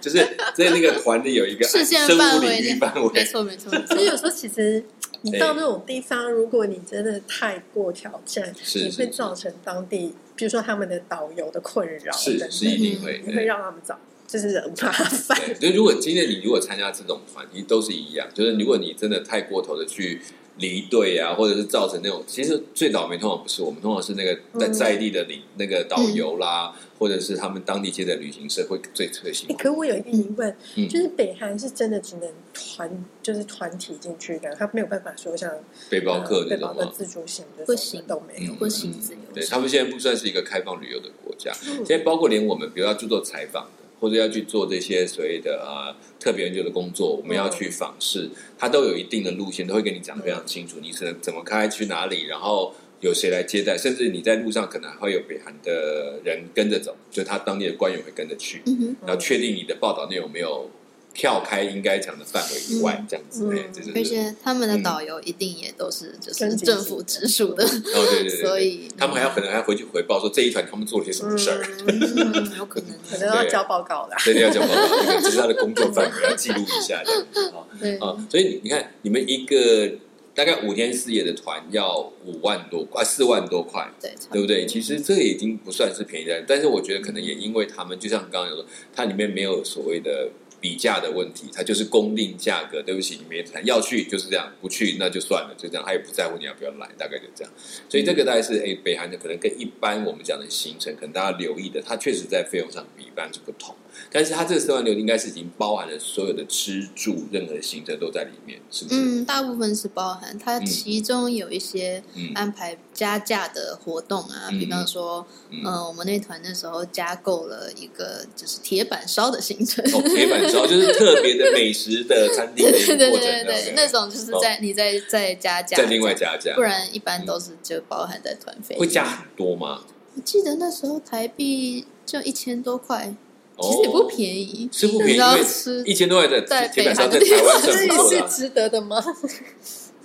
Speaker 1: 就是在那个团里有一个啊
Speaker 3: 视线
Speaker 1: 生物
Speaker 3: 范
Speaker 1: 领
Speaker 3: 围
Speaker 1: 域
Speaker 3: 内
Speaker 1: 范
Speaker 3: 没
Speaker 1: 围，
Speaker 3: 错，没错，没
Speaker 2: 所以
Speaker 3: 错。
Speaker 2: 有时候其实你到那种地方，如果你真的太过挑战，
Speaker 1: 是
Speaker 2: 你
Speaker 1: 是
Speaker 2: 会造成当地，比如说他们的导游的困扰等
Speaker 1: 是是
Speaker 2: 等，
Speaker 1: 一定会。
Speaker 3: 嗯
Speaker 2: 你会
Speaker 1: 对
Speaker 2: 让他们找就是很麻烦。
Speaker 1: 对，就如果今天你如果参加这种团，你都是一样，就是如果你真的太过头的去离队啊，或者是造成那种，其实最倒霉通常不是我们，通常是那个在
Speaker 2: 嗯
Speaker 1: 在地的领那个导游啦，或者是他们当地接的旅行社会最最辛
Speaker 2: 欸、
Speaker 1: 苦。
Speaker 2: 可我有一个疑问，
Speaker 1: 嗯
Speaker 2: 就是北韩是真的只能团，就是团体进去的，他没有办法说像
Speaker 1: 背包客
Speaker 2: 呃
Speaker 1: 那
Speaker 2: 背包
Speaker 1: 种
Speaker 2: 客
Speaker 1: 嘛，
Speaker 2: 自助行这种
Speaker 3: 不行
Speaker 2: 都没有
Speaker 1: 嗯。
Speaker 3: 不行自由
Speaker 1: 对他们现在不算是一个开放旅游的国家，
Speaker 2: 嗯
Speaker 1: 现在包括连我们，比如要去做采访的，或者要去做这些所谓的啊、呃特别研究的工作，我们
Speaker 3: 嗯
Speaker 1: 要去访视，它都有一定的路线，都会跟你讲得非常清楚，你是怎么开去哪里，然后有谁来接待，甚至你在路上可能还会有北韩的人跟着走，就他当地的官员会跟着去，
Speaker 3: 嗯哼，
Speaker 1: 然后确定你的报道内容没有跳开应该讲的范围以外，
Speaker 3: 嗯
Speaker 1: 这样子，
Speaker 2: 嗯
Speaker 1: 哎、这就是
Speaker 3: 而且他们的导游一定也都是就是
Speaker 2: 跟自己
Speaker 3: 政府直属的，
Speaker 1: 哦，对对对对
Speaker 3: 所以
Speaker 1: 他们还要可能还回去回报说这一团他们做了些什么事儿。
Speaker 3: 嗯，有可能
Speaker 2: 可能要交报告啦。
Speaker 1: 对，要讲报告，这个这是他的工作范围，要记录一下这样子啊
Speaker 3: 对，
Speaker 1: 啊。所以你看，你们一个大概五天四夜的团要五万多块，呃四万多块，
Speaker 3: 对，差
Speaker 1: 对
Speaker 3: 多
Speaker 1: 不对？其实这个已经不算是便宜的，但是我觉得可能也因为他们，就像刚刚有说，它里面没有所谓的比价的问题，它就是公定价格。对不起，你们要去就是这样，不去那就算了，就这样，他也不在乎你要不要来，大概就这样。所以这个大概是哎，北韩的可能跟一般我们讲的行程，可能大家留意的，它确实在费用上比一般是不同，但是它这四万六应该是已经包含了所有的吃住，任何的行程都在里面，是不是？
Speaker 3: 嗯，大部分是包含它，其中有一些
Speaker 1: 嗯
Speaker 3: 安排加价的活动啊，
Speaker 1: 嗯
Speaker 3: 比方说，
Speaker 1: 嗯
Speaker 3: 嗯、我们那团那时候加购了一个就是铁板烧的行 程，
Speaker 1: 哦，铁板烧就是特别的美食的餐厅的一
Speaker 3: 对
Speaker 1: 个
Speaker 3: 对
Speaker 1: 过程
Speaker 3: 对对，
Speaker 1: OK
Speaker 3: 那种就是在、你在在加价，
Speaker 1: 再哦另外加价
Speaker 3: 不，然一般都是就包含在团费。
Speaker 1: 会加很多吗？
Speaker 3: 我记得那时候台币就一千多块，其实也不便宜，
Speaker 1: 吃哦不便宜，因
Speaker 3: 然后
Speaker 1: 为
Speaker 3: 吃
Speaker 1: 一千多块的
Speaker 3: 在
Speaker 1: 铁
Speaker 3: 北
Speaker 1: 板烧
Speaker 3: 韩
Speaker 1: 在
Speaker 3: 的
Speaker 1: 台湾啊
Speaker 2: 这
Speaker 1: 算不错
Speaker 2: 是
Speaker 1: 了。
Speaker 2: 值得 的吗？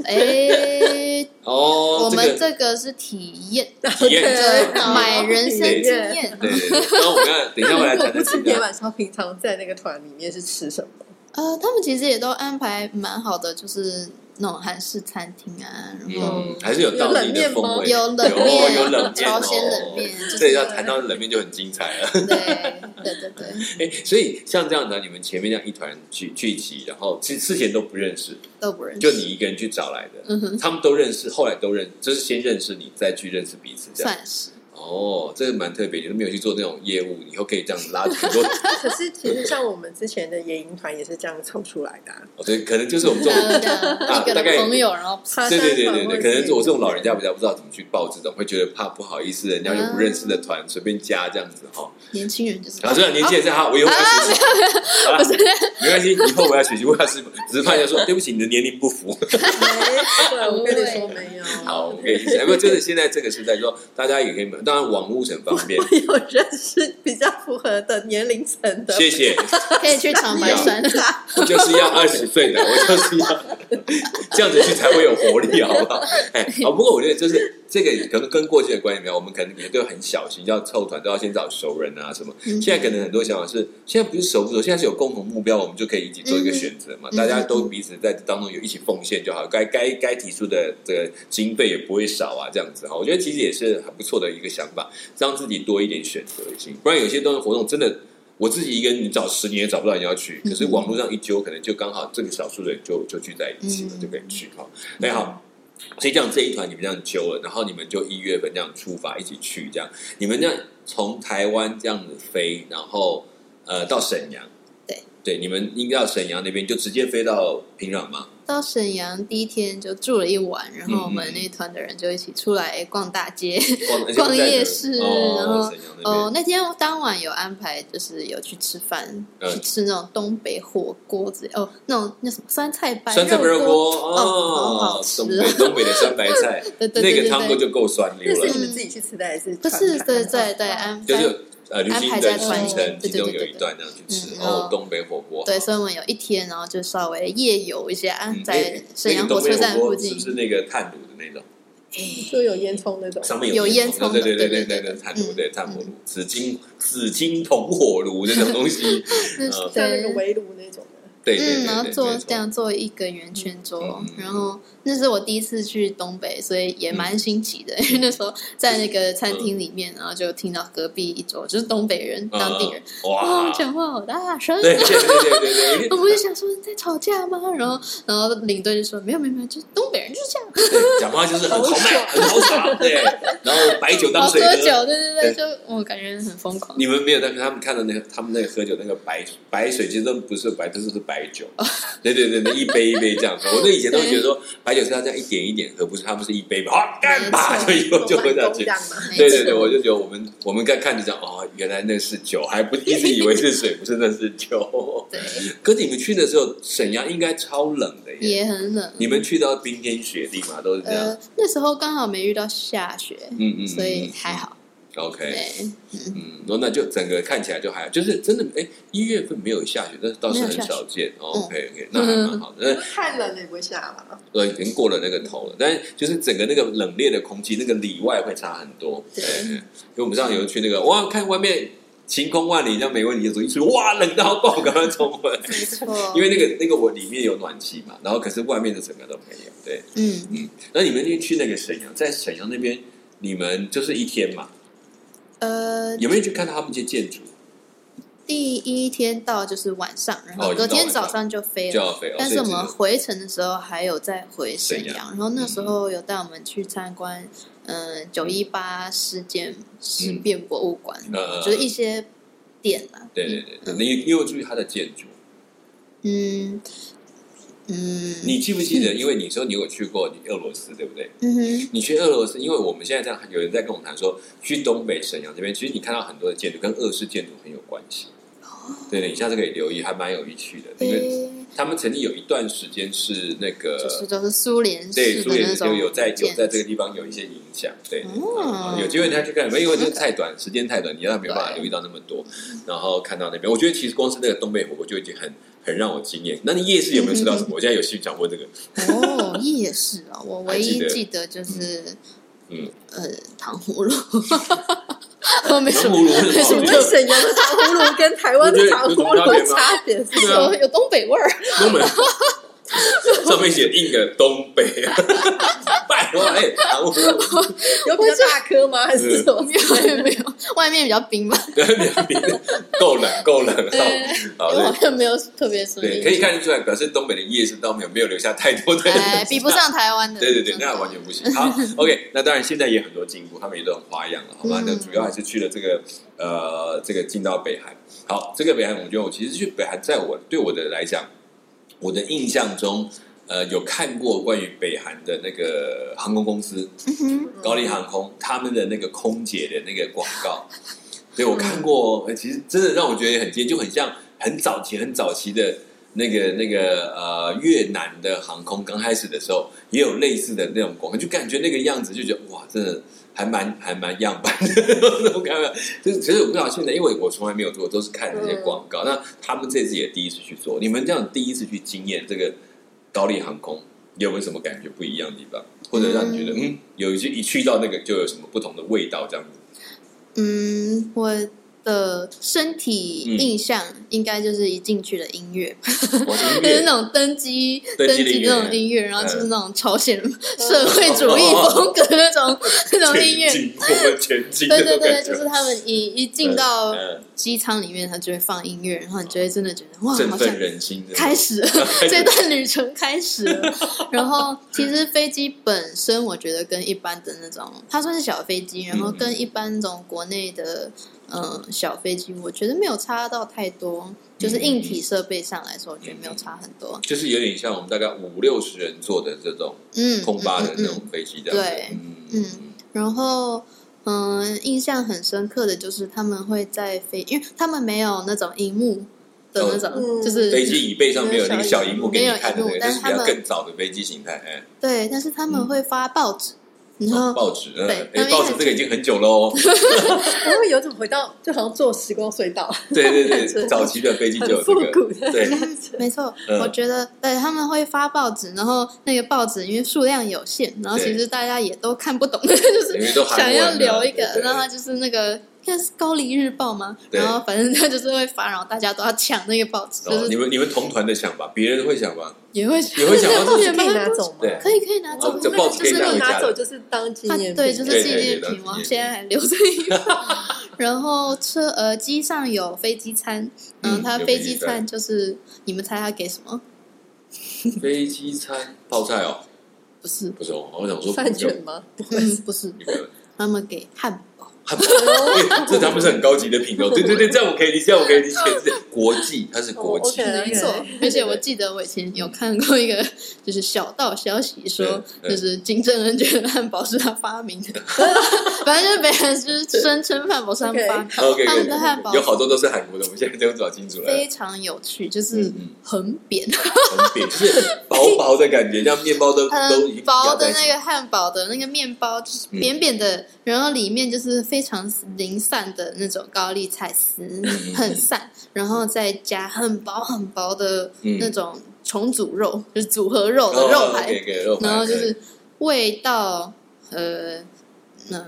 Speaker 3: 哎，
Speaker 1: 哦，
Speaker 3: 我们
Speaker 1: 这
Speaker 3: 这个是体验，
Speaker 1: 个 体验，
Speaker 2: 对好
Speaker 3: 买人生经
Speaker 2: 体
Speaker 3: 验。
Speaker 1: 对对对。然后我们要等一下回来
Speaker 2: 如果
Speaker 1: 谈谈
Speaker 2: 不
Speaker 1: 这
Speaker 2: 吃铁
Speaker 1: 个。
Speaker 2: 板烧，平常在那个团里面是吃什么？
Speaker 3: 呃，他们其实也都安排蛮好的，就是那种韩式餐厅啊，然后
Speaker 1: 嗯，还是有道地的风味，
Speaker 3: 有冷
Speaker 1: 有
Speaker 3: 面，
Speaker 1: 有冷面哦
Speaker 3: 朝鲜冷面，就是
Speaker 1: 所以要谈到冷面就很精彩了。
Speaker 3: 对对对对
Speaker 1: 哎，所以像这样子啊，你们前面这样一团聚聚集，然后之之前都不认识，
Speaker 3: 都不认识，
Speaker 1: 就你一个人去找来的，
Speaker 3: 嗯哼，
Speaker 1: 他们都认识，后来都认，就是先认识你，再去认识彼此，这样。
Speaker 3: 算是
Speaker 1: 哦，这个蛮特别，你都没有去做那种业务，以后可以这样拉很多，
Speaker 2: 可是其实像我们之前的野营团也是这样凑出来的、啊，
Speaker 1: 哦对，可能就是我们这
Speaker 3: 这
Speaker 1: 种。
Speaker 3: 样这样呃啊一个
Speaker 1: 大概
Speaker 3: 朋友，然后
Speaker 2: 爬
Speaker 1: 对
Speaker 2: 山
Speaker 1: 对对
Speaker 2: 团
Speaker 1: 对对，
Speaker 2: 或者
Speaker 1: 可能
Speaker 2: 是
Speaker 1: 我这种老人家比较不知道怎么去报这种，会觉得怕不好意思，人家又不认识的团随便加这样子哈。
Speaker 3: 年轻人就是
Speaker 1: 然后虽然年纪也在哈，我以后要学习，好啦没关系，以后我要学习，我要是只是怕人家说对不起，你的年龄不符。
Speaker 2: 没有，我 跟你说没有，
Speaker 1: 好，我可以理解。不，真的现在这个时代说，大家也可以买，当然网络很方便。
Speaker 2: 有认识比较符合的年龄层的，
Speaker 1: 谢谢，
Speaker 3: 可以去长白 山，
Speaker 1: 我就是要二十岁的，我就是要这样子去才会有活力，好不好？哎，好。不过我觉得就是这个可能跟过去的观念不一样，我们可能也都很小心，要凑团都要先找熟人啊什么。
Speaker 3: 嗯
Speaker 1: 现在可能很多想法是，现在不是熟不熟，现在是有共同目标，我们就可以一起做一个选择嘛。
Speaker 3: 嗯
Speaker 1: 大家都彼此在当中有一起奉献就好，该该该提出的这个经费也不会少啊，这样子哈。我觉得其实也是很不错的一个想法，让自己多一点选择性，不然有些东西活动真的。我自己一个人，你找十年也找不到人要去。可是网络上一揪，可能就刚好这个少数人就就聚在一起了，
Speaker 3: 嗯
Speaker 1: 就可以去哈。哎好，所以这样这一团你们这样揪了，然后你们就一月份这样出发一起去，这样你们这样从台湾这样子飞，然后呃到沈阳，
Speaker 3: 对
Speaker 1: 对，你们应该到沈阳那边就直接飞到平壤吗？
Speaker 3: 到沈阳第一天就住了一晚，然后我
Speaker 1: 嗯
Speaker 3: 们
Speaker 1: 嗯
Speaker 3: 那一团的人就一起出来逛大街。
Speaker 1: 逛
Speaker 3: 逛夜市
Speaker 1: 哦、
Speaker 3: 然后
Speaker 1: 沈阳那边、
Speaker 3: 哦，那天当晚有安排，就是有去吃饭，
Speaker 1: 嗯
Speaker 3: 去吃那种东北火锅之类，哦，那种那什么酸菜白
Speaker 1: 酸菜白肉
Speaker 3: 锅，
Speaker 1: 锅
Speaker 3: 哦好好吃
Speaker 1: 东北东北的酸白菜，
Speaker 3: 对对对
Speaker 1: 那个
Speaker 3: 对
Speaker 1: 汤锅
Speaker 3: 对，
Speaker 1: 就够酸溜
Speaker 2: 那
Speaker 1: 了
Speaker 2: 是，你们自己去吃的还是
Speaker 3: 嗯不
Speaker 2: 团
Speaker 3: 是
Speaker 2: 团？
Speaker 3: 对
Speaker 2: 哦
Speaker 3: 对对安
Speaker 1: 就
Speaker 3: 排
Speaker 1: 是呃旅行
Speaker 3: 安排
Speaker 1: 的
Speaker 3: 在
Speaker 1: 行
Speaker 3: 团
Speaker 1: 程其
Speaker 3: 对对
Speaker 1: 中
Speaker 3: 对
Speaker 1: 有
Speaker 3: 对
Speaker 1: 一段这样去吃，
Speaker 3: 嗯
Speaker 1: 哦
Speaker 3: 哦，
Speaker 1: 东北火锅，
Speaker 3: 对，所以我们有一天，然后就稍微夜游一下
Speaker 1: 嗯，哎
Speaker 3: 在沈阳火车站附
Speaker 1: 那个东北火锅
Speaker 3: 近
Speaker 1: 是不，是那个炭炉的那种？
Speaker 2: 就有烟囱那种，
Speaker 1: 上面
Speaker 3: 有
Speaker 1: 烟
Speaker 3: 烟囱
Speaker 1: 对
Speaker 3: 的
Speaker 1: 对对对
Speaker 3: 对对
Speaker 1: 对，
Speaker 3: 对
Speaker 1: 炭炉
Speaker 3: 嗯
Speaker 1: 对炭火炉，紫金紫金铜火炉那种东 西，
Speaker 3: 那
Speaker 1: 呃
Speaker 2: 像那个围炉那种的，
Speaker 1: 对对对
Speaker 3: 嗯，
Speaker 1: 对，
Speaker 3: 然后
Speaker 1: 对
Speaker 3: 做
Speaker 1: 没错
Speaker 3: 这样做一个圆圈桌
Speaker 1: 嗯嗯，嗯嗯
Speaker 3: 然后那是我第一次去东北，所以也蛮新奇的，因为那时候在那个餐厅里面，然后就听到隔壁一桌就是东北人
Speaker 1: 嗯
Speaker 3: 当地人，
Speaker 1: 哇
Speaker 3: 哦，，讲话好大声。
Speaker 1: 对对对对对
Speaker 3: 我不是想说你在吵架吗？然后，然后领队就说没有没有没有，就是东北人就是这样，
Speaker 1: 对，讲话就是很豪迈，很豪爽，对，然后白酒
Speaker 3: 然
Speaker 1: 当
Speaker 3: 哦后喝
Speaker 1: 水喝。
Speaker 3: 酒，对对对，就我感觉很疯狂。
Speaker 1: 你们没有，但是他们看到那个，他们那个喝酒那个白白水，其实都不是白，都是白酒。 对对对，对一杯一杯这样子。我那以前都觉得说，白酒是要这样一点一点喝，不是他们是一杯吧，啊，干吧，就一口就喝下去
Speaker 2: 这。样嘛。
Speaker 1: 对对
Speaker 3: 没
Speaker 1: 对，
Speaker 3: 错
Speaker 1: 我就觉得我们我们刚看着讲哦，原来那是酒，还不一直以为是水，不是那是酒。
Speaker 3: 对
Speaker 1: 可是你们去的时候，沈阳应该超冷的耶。
Speaker 3: 也很冷。
Speaker 1: 你们去到冰天雪地嘛，都是这样。
Speaker 3: 呃那时候刚好没遇到下雪，
Speaker 1: 嗯嗯，
Speaker 3: 所以还
Speaker 1: 嗯
Speaker 3: 好。
Speaker 1: OK。
Speaker 3: 对，
Speaker 1: 嗯，那就整个看起来就还就是真的，哎，一月份没有下雪，但是倒是很
Speaker 3: 没有下雪嗯
Speaker 1: 少见。哦 OK OK，那还蛮好的。那
Speaker 2: 太冷了也不会下吧？
Speaker 1: 呃，已经过了那个头了，但是就是整个那个冷冽的空气，那个里外会差很多。
Speaker 3: 对
Speaker 1: 哎因为我们上次有去那个，哇，看外面晴空万里，这样没问题。走进去，哇，冷到爆，赶快冲回来。
Speaker 3: 没错
Speaker 1: 因。为那
Speaker 3: 哦
Speaker 1: 个那个我里面有暖气嘛，然后可是外面的整个都没有。对，
Speaker 3: 嗯，
Speaker 1: 嗯，那你们去那个沈阳，在沈阳那边，你们就是一天嘛，
Speaker 3: 呃，
Speaker 1: 有没有去看到他们一些建筑？
Speaker 3: 第一天到就是晚上，然
Speaker 1: 哦
Speaker 3: 后
Speaker 1: 已经
Speaker 3: 隔
Speaker 1: 到
Speaker 3: 天
Speaker 1: 晚上
Speaker 3: 早上就飞
Speaker 1: 就
Speaker 3: 了。
Speaker 1: 要飞哦，
Speaker 3: 但
Speaker 1: 所以
Speaker 3: 是我
Speaker 1: 这
Speaker 3: 们
Speaker 1: 个
Speaker 3: 回程的时候还有再回沈
Speaker 1: 沈
Speaker 3: 阳
Speaker 1: 阳，
Speaker 3: 然后那时候有带我们去参观，嗯，九一八事件事变博物馆，
Speaker 1: 呃，
Speaker 3: 就是一些店啊，
Speaker 1: 对对对对，你你有注意它的建筑？
Speaker 3: 嗯嗯，
Speaker 1: 你记不记得？因为你说你有去过你俄罗斯，对不对？
Speaker 3: 嗯哼，
Speaker 1: 你去俄罗斯，因为我们现在这样，有人在跟我们谈说，去东北沈阳这边，其实你看到很多
Speaker 3: 哦
Speaker 1: 的建筑跟俄式建筑很有关系。对对，你下次可以留意，还蛮有意趣的。因为
Speaker 3: 诶，
Speaker 1: 他们曾经有一段时间是那个，
Speaker 3: 就是就是苏联
Speaker 1: 呃对
Speaker 3: 式
Speaker 1: 苏
Speaker 3: 的那
Speaker 1: 联
Speaker 3: 种
Speaker 1: 有有在有在这
Speaker 3: 个
Speaker 1: 个地方有一些影响，对，
Speaker 3: 哦
Speaker 1: 嗯有机会大家去看，因为这太短，时间太短，你让没有办法
Speaker 3: 对
Speaker 1: 留意到那么多，然后看到那边，我觉得其实光是那个东北火锅就已经很很让我惊艳。那你夜市有没有吃到什么？我现在有兴趣想问这个，
Speaker 3: 哦，夜市啊，我唯
Speaker 1: 还记
Speaker 3: 一
Speaker 1: 得
Speaker 3: 记得就是
Speaker 1: 嗯，
Speaker 3: 呃糖葫芦，我 没什
Speaker 1: 糖
Speaker 3: 么
Speaker 1: 葫芦为
Speaker 3: 没
Speaker 1: 什
Speaker 3: 什
Speaker 1: 么
Speaker 3: 么
Speaker 1: 好
Speaker 2: 为
Speaker 1: 吃
Speaker 3: 特别。
Speaker 2: 什么的糖葫芦跟台湾的糖葫芦差别是
Speaker 1: 对
Speaker 2: 什
Speaker 1: 啊
Speaker 2: 么？
Speaker 3: 有有东北味儿，
Speaker 1: 东北上面写印个东北啊，拜托哎，然后
Speaker 2: 有比较大颗吗？还是什么？
Speaker 3: 没 有没有，外面比较冰吧，
Speaker 1: 够冷够冷，好好
Speaker 3: 我好
Speaker 1: 对
Speaker 3: 像没有特别注
Speaker 1: 对，可
Speaker 3: 意，
Speaker 1: 以看得出来，表示东北的夜市倒没有没有留下太多的印
Speaker 3: 哎，
Speaker 1: 象，
Speaker 3: 比不上台湾的，
Speaker 1: 对对对，
Speaker 3: 真的
Speaker 1: 那完全不行。好 ，OK，那当然现在也很多进步，他们也都很花样了，好吧？
Speaker 3: 嗯
Speaker 1: 那主要还是去了这个呃，这个进到北韩。好，这个北韩，我觉得我其实去北韩，在我对我的来讲，我的印象中，呃，有看过关于北韩的那个航空公司
Speaker 3: 嗯
Speaker 1: 高丽航空他们的那个空姐的那个广告，对我看过，呃其实真的让我觉得也很接，就很像很早期、很早期的那个那个呃越南的航空刚开始的时候，也有类似的那种广告，就感觉那个样子就觉得哇，真的还蛮还蛮样板的 那种感觉。就是其实我不知道现在，因为我从来没有做，都是看那些广告。那他们这次也第一次去做，你们这样第一次去经验这个高丽航空，有没有什么感觉不一样的地方？或者让你觉得嗯，有一些一去到那个就有什么不同的味道这样子？
Speaker 3: 嗯，我的身体印象应该就是一进去的音乐，
Speaker 1: 哇，嗯音
Speaker 3: 就是
Speaker 1: 乐
Speaker 3: 那种登机
Speaker 1: 登
Speaker 3: 登
Speaker 1: 机的
Speaker 3: 机
Speaker 1: 音乐嗯
Speaker 3: 那种音乐，然后就是那种朝鲜社会主义风格那
Speaker 1: 哦
Speaker 3: 种那种音乐
Speaker 1: 前。进，我们前进的
Speaker 3: 对
Speaker 1: 那
Speaker 3: 对
Speaker 1: 种
Speaker 3: 对，
Speaker 1: 感觉，
Speaker 3: 就是他们一一进到
Speaker 1: 嗯嗯
Speaker 3: 机舱里面，他就会放音乐，然后你就会真的觉得哇，
Speaker 1: 振
Speaker 3: 好像
Speaker 1: 奋人心的
Speaker 3: 开始了这段旅程开始了。然后其实飞机本身，我觉得跟一般的那种，它算是小飞机，然后跟一般那种国内的呃小飞机，我觉得没有差到太多。就是硬体设备上来说，我觉得没有差很多。
Speaker 1: 就是有点像我们大概五六十人坐的这种
Speaker 3: 嗯，
Speaker 1: 空巴的
Speaker 3: 嗯嗯
Speaker 1: 那
Speaker 3: 嗯
Speaker 1: 种飞机这样子
Speaker 3: 对。
Speaker 1: 嗯
Speaker 3: 嗯然后，嗯、印象很深刻的就是他们会在飞，因为他们没有那种荧幕的那种，
Speaker 2: 嗯
Speaker 3: 就是
Speaker 1: 飞机椅背上没有那个小荧幕给你看的那
Speaker 3: 没有
Speaker 1: 个，
Speaker 3: 荧幕
Speaker 1: 就
Speaker 3: 但
Speaker 1: 是
Speaker 3: 是
Speaker 1: 比
Speaker 3: 他们
Speaker 1: 较更早的飞机形态。哎，
Speaker 3: 对，但是他们会发报纸，然
Speaker 1: 哦
Speaker 3: 后
Speaker 1: 报纸，嗯
Speaker 3: 对他
Speaker 1: 哎，
Speaker 3: 们
Speaker 1: 报纸这个已经很久了 哦。
Speaker 2: 因为有种回到就好像坐时光隧道，
Speaker 1: 对 对对，
Speaker 2: 是
Speaker 1: 早期的飞机就
Speaker 2: 很
Speaker 1: 有这
Speaker 2: 复
Speaker 1: 个。
Speaker 2: 古的。
Speaker 1: 对，
Speaker 3: 没错，
Speaker 1: 嗯
Speaker 3: 我觉得对他们会发报纸，然后那个报纸因为数量有限，然后
Speaker 1: 对
Speaker 3: 其实大家也都看不懂， 就是
Speaker 1: 因为都韩
Speaker 3: 想
Speaker 1: 文
Speaker 3: 要
Speaker 1: 啊
Speaker 3: 留一个
Speaker 1: 对，对
Speaker 3: 然后就是那个。应该是《高丽日报》吗？
Speaker 1: 对
Speaker 3: 然后反正他就是会发，然后大家都要抢那个报纸，
Speaker 1: 哦
Speaker 3: 就
Speaker 1: 你
Speaker 3: 是
Speaker 1: 们你们同团的想吧，别人会想吧，
Speaker 3: 也会
Speaker 1: 也会想到这
Speaker 3: 也
Speaker 2: 可
Speaker 3: 蛮
Speaker 2: 以拿走吗？
Speaker 1: 对
Speaker 3: 可以可以拿
Speaker 1: 哦
Speaker 3: 走，
Speaker 1: 这
Speaker 2: 那
Speaker 1: 报纸
Speaker 2: 个就
Speaker 1: 可以
Speaker 2: 是
Speaker 1: 带回
Speaker 2: 你
Speaker 1: 家
Speaker 2: 拿
Speaker 1: 的
Speaker 2: 走就是当纪
Speaker 3: 它
Speaker 2: 念品，
Speaker 3: 对，就
Speaker 1: 对
Speaker 3: 是纪
Speaker 1: 对
Speaker 3: 念
Speaker 1: 对
Speaker 3: 品，我
Speaker 1: 纪念
Speaker 3: 现在还留着一 包。然后车呃机上有飞机餐，然后
Speaker 1: 嗯
Speaker 3: 它
Speaker 1: 有
Speaker 3: 飞
Speaker 1: 飞
Speaker 3: 机
Speaker 1: 机餐
Speaker 3: 餐就是你们猜它给什么？
Speaker 1: 飞机餐泡菜哦，
Speaker 3: 不是，
Speaker 1: 不是哦，我想说
Speaker 2: 饭卷吗？
Speaker 3: 嗯，不是，
Speaker 1: 那个
Speaker 3: 他们给 汉堡。
Speaker 1: 汉堡，哎这他们是很高级的 品哦。对对对，这样我可以理解，这样我可以理
Speaker 3: 哦
Speaker 1: 解，这国际，它是国际
Speaker 2: 哦，OK 对
Speaker 3: 没错，而且我记得我以前有看过一个就是小道消息说，
Speaker 1: 对对
Speaker 3: 就是金正恩觉得汉堡是他发 明的，反正就是别人就是声称汉堡是他们发明的
Speaker 1: OK，
Speaker 3: 他们的汉堡
Speaker 1: 有好多都是韩国的，我们现在都搞清楚了，
Speaker 3: 非常有趣，就是
Speaker 1: 嗯嗯
Speaker 3: 很扁，
Speaker 1: 很扁，就是薄薄的感觉，像面包 都都已
Speaker 3: 很
Speaker 1: 经
Speaker 3: 嗯薄
Speaker 1: 咬在
Speaker 3: 呃的
Speaker 1: 一起
Speaker 3: 那个汉堡的那个面包，就是
Speaker 1: 嗯
Speaker 3: 扁扁的，然后里面就是非常零散的那种高丽菜丝，
Speaker 1: 嗯
Speaker 3: 很散，然后再加很薄很薄的
Speaker 1: 嗯
Speaker 3: 那种重组肉，就是组合肉的
Speaker 1: 哦
Speaker 3: 肉排，
Speaker 1: OK，OK，肉排，
Speaker 3: 然后就是味道，呃，嗯，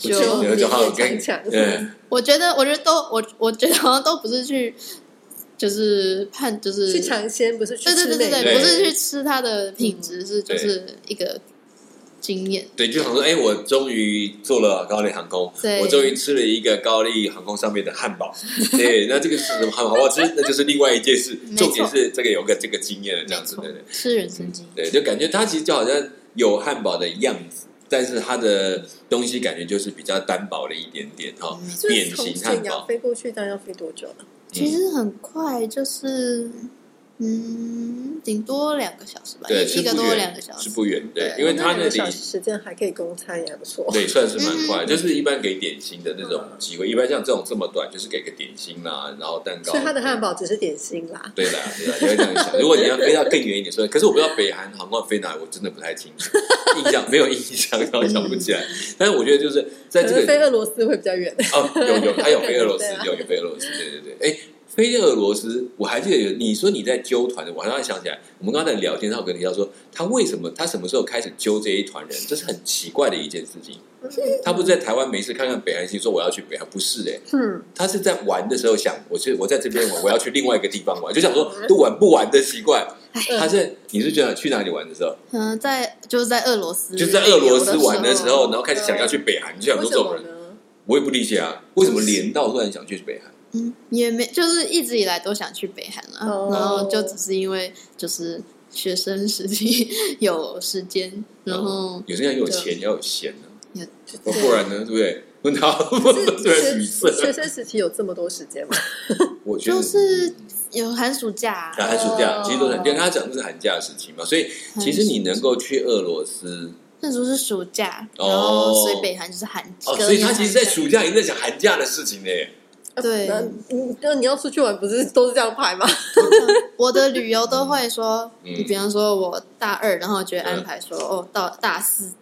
Speaker 1: 不
Speaker 3: 就
Speaker 1: 行就好像跟
Speaker 2: 勉强
Speaker 1: 嗯
Speaker 3: 我觉得，我觉得都，我我觉得好像都不是去，就是判，就是
Speaker 2: 去尝鲜不是去
Speaker 3: 对对
Speaker 2: 吃
Speaker 3: 对
Speaker 2: 那
Speaker 3: 对
Speaker 1: 对
Speaker 3: 对，
Speaker 2: 个
Speaker 3: 不是去吃它的品质，是就
Speaker 1: 对
Speaker 3: 是一个经验。
Speaker 1: 对，就想说，哎，我终于做了高丽航空，
Speaker 3: 对
Speaker 1: 我终于吃了一个高丽航空上面的汉堡。对，那这个是什么汉堡好不好吃？那就是另外一件事。
Speaker 3: 没错
Speaker 1: 重点是这个有个这个经验了，这样子，
Speaker 3: 没错
Speaker 1: 对对
Speaker 3: 是人生经
Speaker 1: 对，
Speaker 3: 验，
Speaker 1: 就感觉它其实就好像有汉堡的样子，但是它的东西感觉就是比较单薄了一点点哈
Speaker 3: 嗯，
Speaker 2: 就是
Speaker 1: 典
Speaker 2: 从
Speaker 1: 型
Speaker 2: 沈
Speaker 1: 汉
Speaker 2: 阳
Speaker 1: 堡。
Speaker 2: 啊飞过去，但要飞多久了？
Speaker 3: 其实很快，就是嗯，顶多两个小时吧，
Speaker 1: 对，
Speaker 3: 一
Speaker 1: 是
Speaker 3: 一个
Speaker 1: 不
Speaker 3: 多
Speaker 1: 远
Speaker 3: 两个小
Speaker 1: 是
Speaker 3: 时。
Speaker 1: 不远，对，
Speaker 3: 对
Speaker 1: 因为
Speaker 2: 那
Speaker 1: 它
Speaker 2: 两
Speaker 1: 那
Speaker 2: 个
Speaker 1: 里
Speaker 2: 小时时间还可以供餐，也还不错。
Speaker 1: 对，算是蛮快，
Speaker 3: 嗯
Speaker 1: 就是一般给点心的那种
Speaker 2: 嗯
Speaker 1: 机会，一般像这种这么短，就是给个点心啦，然后蛋糕。
Speaker 2: 所以它的汉堡只是点心啦。
Speaker 1: 对啦，对啦，你会这样想。如果你要飞到更远一点，说，可是我不知道北韩航空飞哪里，我真的不太清楚，印象没有印象，然后想不起来。 但是我觉得就是在
Speaker 2: 可
Speaker 1: 这
Speaker 2: 是
Speaker 1: 个
Speaker 2: 飞俄罗斯会比 较远，
Speaker 1: 哦，有有，还有飞俄罗斯
Speaker 2: 对啊，
Speaker 1: 有有飞俄罗斯，对对对，哎。飞俄罗斯，我还记得有你说你在揪团的，我刚刚想起来，我们刚才在聊天上有提到说，他为什么他什么时候开始揪这一团人，这是很奇怪的一件事情。他不是在台湾没事看看北韩戏，说我要去北韩，不是哎、
Speaker 2: 嗯，
Speaker 1: 他是在玩的时候想，我去我在这边玩，我要去另外一个地方玩，就想说
Speaker 2: 嗯
Speaker 1: 都玩不玩的习惯。
Speaker 2: 哎
Speaker 1: 他是你是觉得去哪里玩的时候，
Speaker 3: 嗯，在就是在俄罗
Speaker 2: 嗯
Speaker 3: 斯，
Speaker 1: 就是在俄罗斯玩的时
Speaker 3: 有
Speaker 1: 候，然后开始想要去北韩，就想
Speaker 2: 为
Speaker 1: 说这
Speaker 2: 什
Speaker 1: 种
Speaker 2: 么
Speaker 1: 人，
Speaker 2: 呢？
Speaker 1: 我也不理解啊，为什么连到突然想去北韩？
Speaker 3: 嗯，也没，就是一直以来都想去北韩啊，
Speaker 2: 哦
Speaker 3: 然后就只是因为就是学生时期 有时间，然后
Speaker 1: 嗯有些人有钱要有闲啊，
Speaker 2: 就
Speaker 1: 不然呢，对不对？ 问他
Speaker 2: 是
Speaker 1: 突然
Speaker 2: 学
Speaker 1: 语塞，
Speaker 2: 学生时期有这么多时间吗？
Speaker 1: 我觉得
Speaker 3: 就是有寒暑假啊、
Speaker 1: 寒暑假其实都是
Speaker 2: 哦
Speaker 1: 跟跟他讲的是寒假的事情嘛，所以其实你能够去俄罗斯
Speaker 3: 那时候是暑假，
Speaker 1: 哦
Speaker 3: 然后所以北韩就是寒假，
Speaker 1: 哦，所以他其实，在
Speaker 3: 暑
Speaker 1: 暑假已经在想寒假的事情呢。
Speaker 3: 对
Speaker 2: 那你那你要出去玩，不是都是这样排吗？
Speaker 3: 我的旅游都会说，
Speaker 1: 嗯
Speaker 3: 你比方说我大二，然后就会安排说，哦，到大四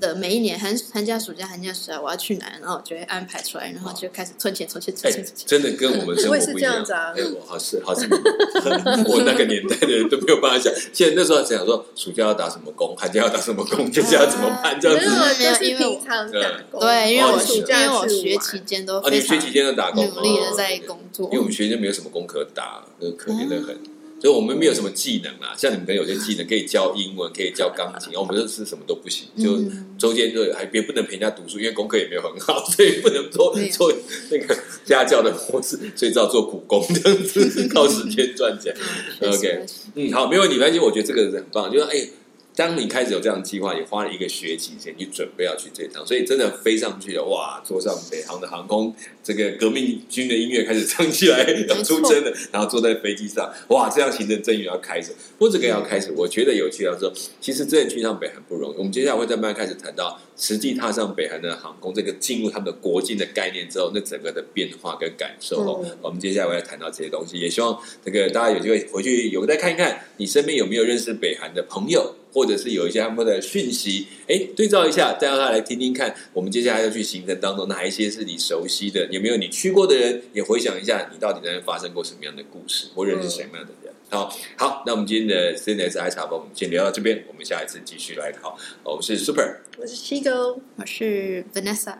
Speaker 3: 的每一年寒寒假、暑假、寒假、暑假我要去哪，然后我就会安排出来，然后就开始存钱、存钱、
Speaker 1: 哎
Speaker 3: 存钱、存钱。
Speaker 1: 真的跟我们生活
Speaker 2: 我也是
Speaker 1: 不一
Speaker 2: 这样子啊
Speaker 1: 哎，我好是好是，我那个年代的人都没有办法想。现在那时候想说，暑假要打什么工，寒假要打什么工，就是要怎么办这样
Speaker 2: 没有
Speaker 1: 子。
Speaker 2: 啊，
Speaker 3: 没有
Speaker 2: 就是
Speaker 3: 因为我
Speaker 2: 平常打工，
Speaker 3: 对，因为
Speaker 1: 哦
Speaker 3: 我
Speaker 1: 你暑
Speaker 3: 因
Speaker 2: 暑假
Speaker 3: 为我
Speaker 2: 去玩
Speaker 3: 学期间都
Speaker 1: 哦，你
Speaker 3: 非
Speaker 1: 们
Speaker 3: 常
Speaker 1: 学期间都打工，
Speaker 3: 努力的在
Speaker 1: 哦
Speaker 3: 工作
Speaker 1: 因为，我们学生没有什么功课打，那
Speaker 3: 哦
Speaker 1: 可怜的很。所以我们没有什么技能啊，像你们可能有些技能可以教英文，可以教钢琴，哦我们就是什么都不行，就
Speaker 3: 嗯
Speaker 1: 中间就还别不能陪人家读书，因为功课也没有很好，所以不能做
Speaker 3: 对
Speaker 1: 做那个家教的模式，所以只好做苦工这样 子，靠时间赚钱。
Speaker 3: 确实
Speaker 1: OK 嗯，好，没问题，没关系。我觉得这个是很棒，就是哎，当你开始有这样的计划，也花了一个学期时间去准备要去这一趟，所以真的飞上去了，哇！坐上北航的航空，这个革命军的音乐开始唱起来， 要出征了，然后坐在飞机上，哇！这样行程正月要开始，不止这个要开始，我觉得有趣到说，其实真的去一趟北韩不容易。我们接下来会再慢慢开始谈到，实际踏上北韩的航空，这个进入他们的国境的概念之后，那整个的变化跟感受哦。
Speaker 2: 嗯
Speaker 1: 我们接下来会谈到这些东西，也希望这个大家有机会回去有再看一看，你身边有没有认识北韩的朋友，或者是有一些他们的讯息，哎，对照一下，再让他来听听看。我们接下来要去行程当中，哪一些是你熟悉的？有没有你去过的人？也回想一下，你到底在那发生过什么样的故事，或认识什么样的人？好好，那我们今天的 CNS I 茶包，我们先聊到这边，我们下一次继续来考。我们是 Super，
Speaker 2: 我是七哥，
Speaker 3: 我是 Vanessa，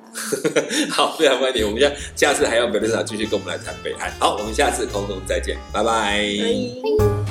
Speaker 1: 好，非常欢迎你。我们下下次还要 Vanessa 继续跟我们来谈北韩。好，我们下次空中再见，拜拜
Speaker 2: 拜。